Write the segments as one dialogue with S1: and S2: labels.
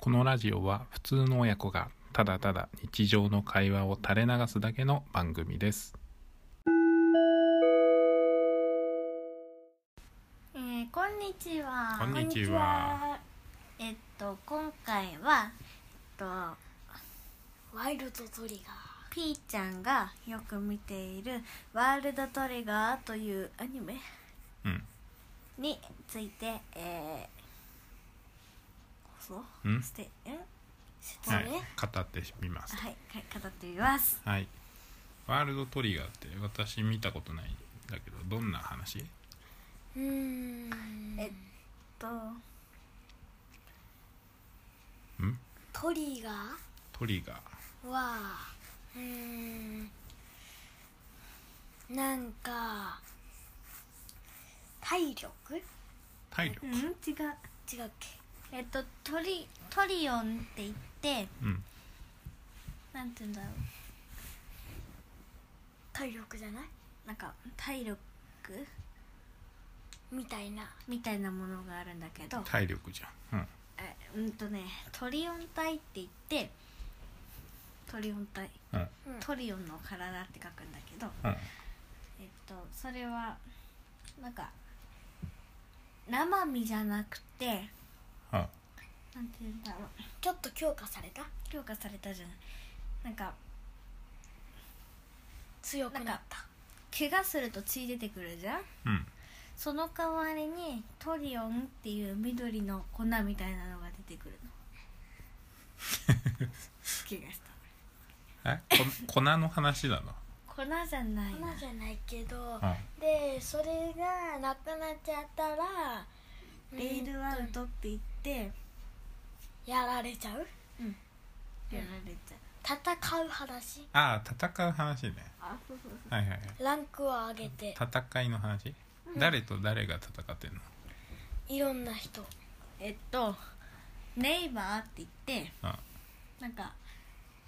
S1: このラジオは普通の親子がただただ日常の会話を垂れ流すだけの番組です。
S2: えー、こんにちは。
S1: こんにちは
S2: こんにちは。えっと今回はえっと
S3: ワイルドトリガー
S2: ピーちゃんがよく見ているワールドトリガーというアニメ
S1: うん。
S2: について、えー、放
S1: うん
S2: 送して、え
S3: 説明、
S1: はい。語ってみます。
S2: はい、はい、語ってみます。
S1: はい。ワールドトリガーって私見たことないんだけど、どんな話
S3: うーん
S2: えっと
S1: うん
S3: トリガ
S1: トリガー。
S3: ーはうーんなんか体力
S1: 体力
S2: う。ん違う。
S3: 違うっけ
S2: えっとトリトリオンって言って
S1: うん。
S2: なんて言うんだろう
S3: 体力じゃない
S2: なんか体力
S3: みたいな
S2: みたいなものがあるんだけど。
S1: 体力じゃん。うん。
S2: えうんとねトリオン体って言ってトリオン体
S1: うん。
S2: トリオンの体って書くんだけど
S1: うん。
S2: えっとそれはなんか生身じゃなくて
S1: うん。
S2: なんて言うんだろう
S3: ちょっと強化された
S2: 強化されたじゃないなんか
S3: 強くなった
S2: なん怪我すると血出てくるじゃん
S1: うん。
S2: その代わりにトリオンっていう緑の粉みたいなのが出てくる の怪我した
S1: えこ粉の話だな。
S2: 粉じゃないな
S3: 粉じゃないけど
S1: うん。
S3: でそれがなくなっちゃったら
S2: レイルアウトって言って
S3: やられちゃう
S2: やられちゃう
S3: 戦う話
S1: ああ、戦う話ね。
S2: あそうそう
S1: はいはいはい。
S3: ランクを上げて
S1: 戦いの話、誰と誰が戦ってんの
S3: いろんな人
S2: えっとネイバーって言って
S1: あ
S2: なんか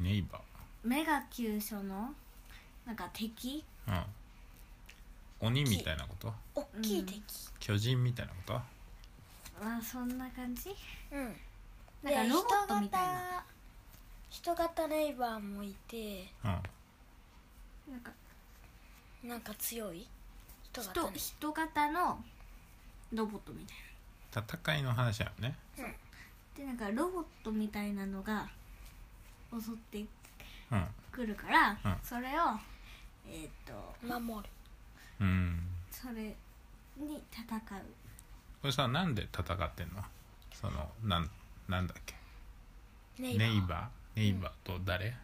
S1: ネイバ
S2: 目が急所のなんか敵
S1: ー。うん。鬼みたいなこと
S3: 大きい敵
S1: 巨人みたいなこと
S2: あそんな感じ
S3: うん
S2: なんか
S3: で
S2: ロボットみたいな
S3: 人型人型レイバーもいて
S1: うん。
S2: なんか
S3: なんか強い人型
S2: 人
S3: ね
S2: 人型のロボットみたい
S1: 戦いの話だよね。
S2: なでなんかロボットみたいなのが襲って
S1: うん。
S2: くるから、
S1: うん
S2: それをえっと
S3: 守る
S1: うん。
S2: それに戦う
S1: これさ、なんで戦ってんのその、なん、なんだっけ
S3: ネイバー
S1: ネイバーネイバーと誰、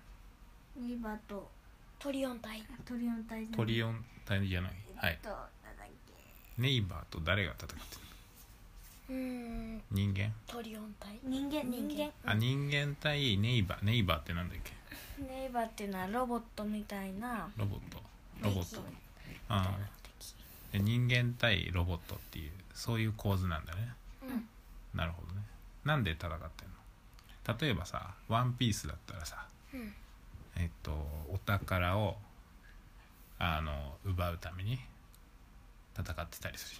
S2: ネイバーと
S3: トリオン隊
S2: トリオン隊じゃない
S1: トリオン隊じゃない。は
S2: えっ
S1: い
S2: と。なんだっけ
S1: ネイバーと誰が戦ってんの
S3: うーん
S1: 人間
S3: トリオン隊
S2: 人間
S3: 人間
S1: あ、人間対ネイバー。ネイバーってなんだっけ
S2: ネイバーっていうのはロボットみたいな
S1: ロボット。ロボット
S3: 敵。
S1: ああ。で人間対ロボットっていうそういう構図なんだね
S3: うん
S1: なるほどねなんで戦ってんの例えばさ「ワンピースだったらさ
S3: うん
S1: えっとお宝をあの奪うために戦ってたりす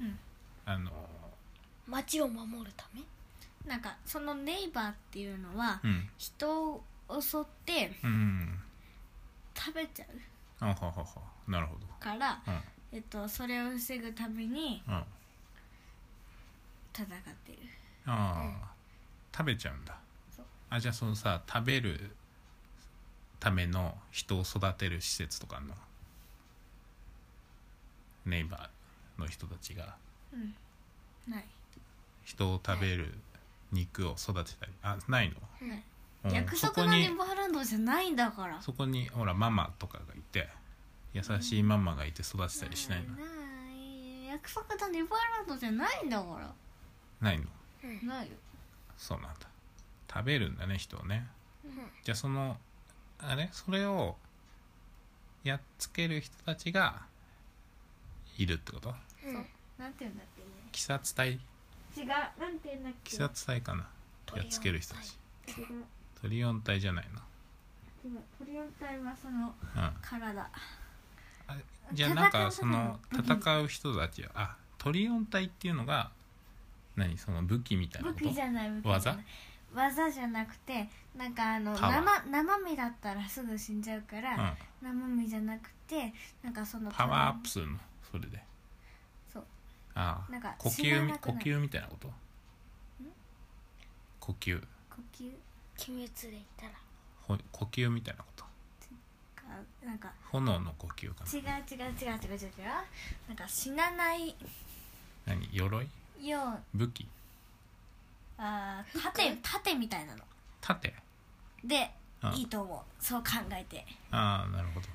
S1: る
S2: うん
S1: あの
S3: 町を守るため
S2: なんかそのネイバーっていうのは
S1: うん
S2: 人を襲って
S1: うんうん
S2: 食べちゃ
S1: うんあほうほうほうなるほど
S2: うから、
S1: うん
S2: えっと、それを防ぐために
S1: うんあ
S2: 戦ってる
S1: あ食べちゃうんだ
S2: そう
S1: あじゃあそのさ食べるための人を育てる施設とかあんのネイバーの人たちが
S2: ない
S1: 人を食べる肉を育てたりあないの、
S2: ない
S1: うん
S2: 約
S1: そこ
S2: 束のネ
S1: に
S2: バーランドじゃないんだから
S1: そこにほらママとかがいて優しいママがいて育てたりしないの、
S2: ない約束のネバーランドじゃないんだか
S1: ないの
S3: うん
S2: らないよ
S1: そうなんだ食べるんだね人をね
S3: うん
S1: じゃあそのあれそれをやっつける人たちがいるってこと
S3: うん
S2: そうなんて言うんだっけ
S1: 鬼殺隊
S2: 違うなんて言うんだっ
S1: 鬼
S2: け
S1: 殺隊かな
S3: トリ
S1: や
S3: オン
S1: っつける人たち
S2: 違う
S1: トリオン隊じゃないの
S2: 違うトリオン隊はその
S1: うん
S2: 体
S1: じゃあ
S2: 戦う
S1: なんかその
S2: うん
S1: 戦う人たちはあトリオン隊っていうのが何その武器みたいな
S2: 武
S1: こと
S2: 器じゃない武器じゃない
S1: 技
S2: 技じゃなくてなんかあの
S1: パワー
S2: 生生身だったらすぐ死んじゃうか
S1: う
S2: ら、
S1: ん、
S2: 生身じゃなくてなんかその
S1: パワーアップするのそれで
S2: そう
S1: ああ
S2: なんか
S1: 呼
S2: 死な
S1: 吸み
S2: なく
S1: 呼
S2: なる
S1: 吸みたいなこと呼吸
S2: 呼吸
S3: 鬼滅で言ったら
S1: ほ呼吸みたいなこと
S2: かなんか
S1: 炎の呼吸か
S2: 違う違う違う違う違う違うなんか死なないよ
S1: な何鎧
S2: う
S1: 武器
S2: あー盾盾みたいなの
S1: 盾
S2: で
S1: うん
S2: いいと思うそう考えて
S1: ああなるほど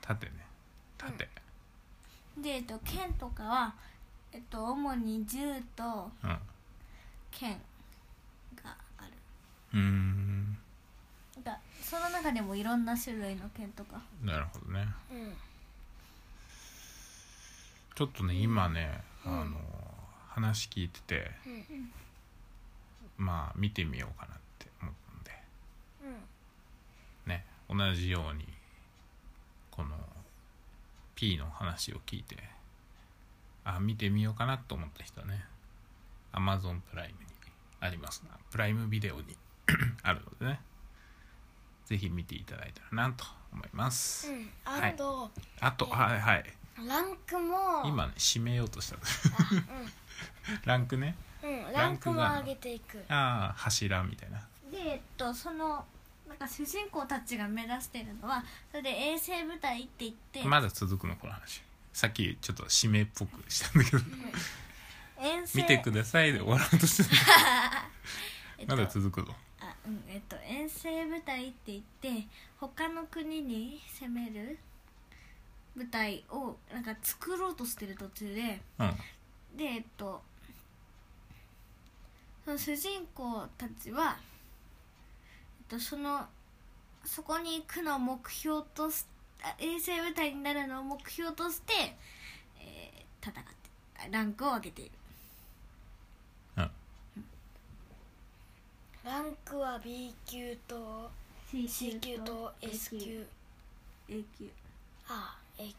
S1: 盾ね盾、
S2: で、えっと、剣とかは、えっと、主に銃と
S1: うん、う
S2: 剣がある
S1: ーん
S2: なんかその中でもいろんな種類の剣とか
S1: なるほどね
S3: うん
S1: ちょっとね今ね、あの話聞いてて
S3: うん
S1: まあ見てみようかなって思うんで
S3: うん
S1: ね同じようにこの P の話を聞いてあ見てみようかなと思った人はね Amazon プライムにありますなプライムビデオに あるのでねぜひ見ていただいたらなと思います、
S3: うんあと、
S1: あとはいはい
S3: ランクも
S1: 今ね締めようとした
S3: あ
S1: ランクね
S3: うん、うん、
S1: ラ
S3: ラ
S1: ン
S3: ン
S1: ク
S3: ク
S1: が
S3: も上げていく
S1: ああ柱みたいな
S2: でえっとそのなんか主人公たちが目指してるのはそれで衛星部隊って言って、
S1: まだ続くのこの話さっきちょっと締めっぽくしたんだけど
S2: 遠
S1: 「
S2: 征
S1: 見てください」で終わろうとしてた
S2: えっと
S1: まだ続くぞ
S2: あうんえっと遠征部隊って言って他の国に攻める部隊をなんか作ろうとしてる途中で
S1: うん
S2: でえっとその主人公たちは、えっと、そのそこに行くのを目標としあ衛星部隊になるのを目標として、えー戦ってあランクを上げている
S1: うん
S3: ランクは B 級と C 級と S 級
S2: A 級
S3: ああ A 級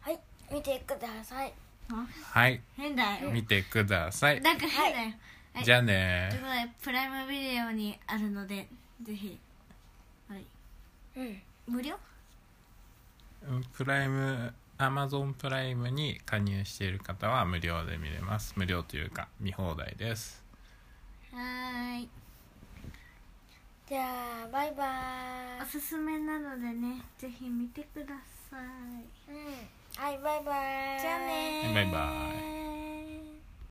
S3: はい見てください
S2: あ
S1: はい
S2: 変だよ
S1: 見てください
S2: なんか変だよ、はい
S1: じゃあ
S2: という
S1: ね
S2: ことでプライムビデオにあるのでぜひ、はい、
S3: うん
S2: 無料
S1: プライム Amazon プライムに加入している方は無料で見れます無料というか見放題です
S2: はーい
S3: じゃあバイバ
S2: おすすめなのでねぜひ見てください
S3: イうんはいバイバイ
S2: じゃあねー
S1: バイバイ